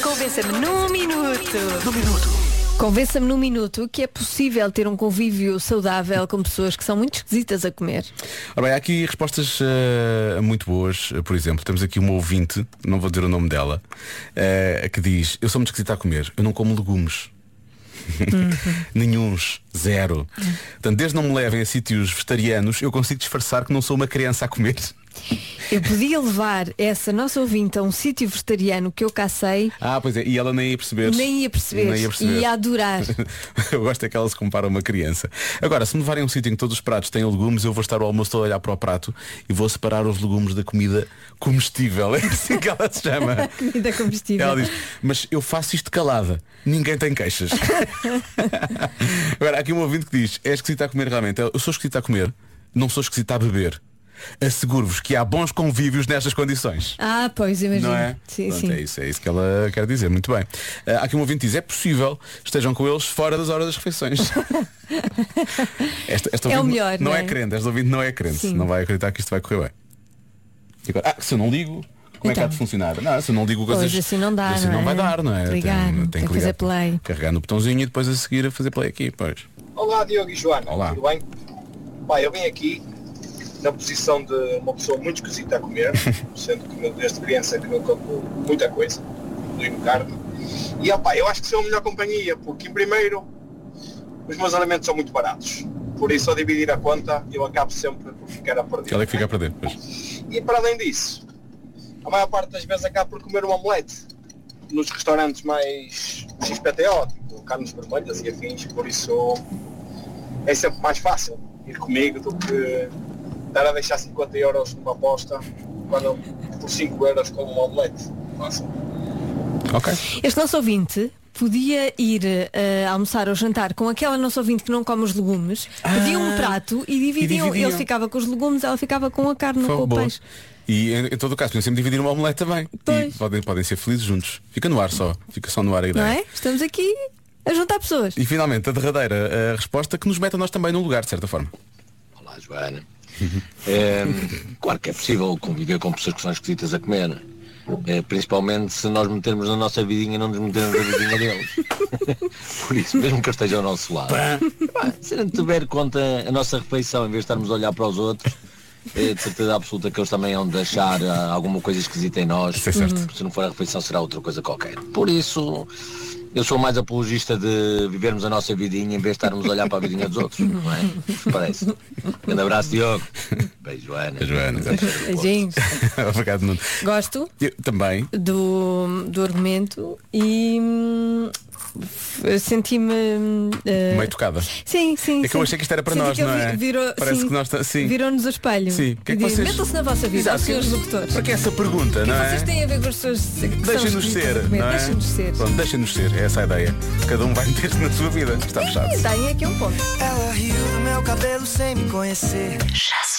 Convença-me num minuto. Num minuto. Convença-me num minuto que é possível ter um convívio saudável com pessoas que são muito esquisitas a comer. Ora bem, há aqui respostas eh, muito boas. Por exemplo, temos aqui uma ouvinte, não vou dizer o nome dela, eh, que diz, eu sou muito esquisita a comer, eu não como legumes. Nenhuns, zero. Portanto, desde não me levem a sítios vegetarianos, eu consigo disfarçar que não sou uma criança a comer. Eu podia levar essa nossa ouvinte a um sítio vegetariano que eu cacei, Ah, pois é, e ela nem ia perceber. nem ia perceber, Nem ia perceber. e ia adorar. eu gosto é que ela se compara a uma criança. Agora, se me levarem a um sítio em que todos os pratos têm legumes, eu vou estar ao almoço todo a olhar para o prato e vou separar os legumes da comida comestível. É assim que ela se chama. Comida comestível. Ela diz, mas eu faço isto calada, ninguém tem queixas. Agora, há aqui um ouvinte que diz, é esquisito a comer realmente. Eu sou esquisito a comer, não sou esquisito a beber. Asseguro-vos que há bons convívios nestas condições. Ah, pois, imagino. Não é? Sim, Pronto, sim. É isso, é isso que ela quer dizer. Muito bem. Ah, há aqui um ouvinte que diz, é possível, estejam com eles fora das horas das refeições. esta, esta É o ouvinte melhor, Não não é é? crente, esta ouvinte não é crente. Sim. Não vai acreditar que isto vai correr bem. E agora, ah, se eu não ligo, como é que Então. há de funcionar? Não, se eu não ligo coisas. Pois, assim não dá, Assim não não, é? vai dar, não é? Ligar, Tem- tem, tem que que ligar, fazer play. Carregar no botãozinho e depois a seguir a fazer play aqui. Pois. Olá Diogo e Joana, Olá. tudo bem? Pai, eu vim aqui na posição de uma pessoa muito esquisita a comer, sendo que eu, desde criança que não como muita coisa, incluindo carne. E opa, eu acho que sou a melhor companhia, porque em primeiro os meus alimentos são muito baratos. Por isso ao dividir a conta eu acabo sempre por ficar a perder. Ela é que fica a perder. Pois. E para além disso, a maior parte das vezes acabo por comer um omelete nos restaurantes mais XPTO, tipo carnes vermelhas e afins, por isso é sempre mais fácil ir comigo do que estar a deixar 50 euros numa aposta quando eu, por 5 euros como um omelete. Fácil. Ok. Este nosso ouvinte podia ir eh, almoçar ou jantar com aquela nossa ouvinte que não come os legumes, pedia um prato e dividiam. Ah. dividiam. Ele ficava com os legumes, ela ficava com a carne, Foi com o boa. peixe. E em, em todo o caso, podem sempre dividir uma omelete também. Pois. E podem, podem ser felizes juntos. Fica no ar só. Fica só no ar a ideia. Não é? Estamos aqui a juntar pessoas. E finalmente a derradeira a resposta que nos mete a nós também num lugar, de certa forma. Olá, Joana. É, claro que é possível conviver com pessoas que são esquisitas a comer. É, principalmente se nós metermos na nossa vidinha e não nos metermos na vidinha deles. Por isso, mesmo que esteja ao nosso lado. pá, Se não tiver conta a nossa refeição, em vez de estarmos a olhar para os outros, é, de certeza absoluta que eles também vão deixar ah, alguma coisa esquisita em nós. Isso é certo. Se não for a refeição, será outra coisa qualquer. Por isso, eu sou mais apologista de vivermos a nossa vidinha em vez de estarmos a olhar para a vidinha dos outros, não é? Parece. Grande abraço, Diogo. Beijo, Ana. Joana. Beijinhos. Obrigado, Nuno. Gosto Eu também. do, do argumento e hum, f- senti-me. hum, eh, Meio tocada. Sim, sim. É que eu sim. achei que isto era para Senti nós, que ele não é? vi- virou- Parece sim, que nós ta- sim. Virou-nos o espelho. Sim. O que é que E diz, vocês- Metam-se na vossa vida, Exato. aos senhores locutores. Para que é essa pergunta, não é? Vocês têm a ver com as pessoas que são Deixem-nos esquisitas a ser, comer. não é? Deixem-nos ser. Pronto, deixem-nos ser, é essa a ideia. Cada um vai meter-se na sua vida. Está fechado. E daí é que é um ponto. Ela riu do meu cabelo sem me conhecer. Já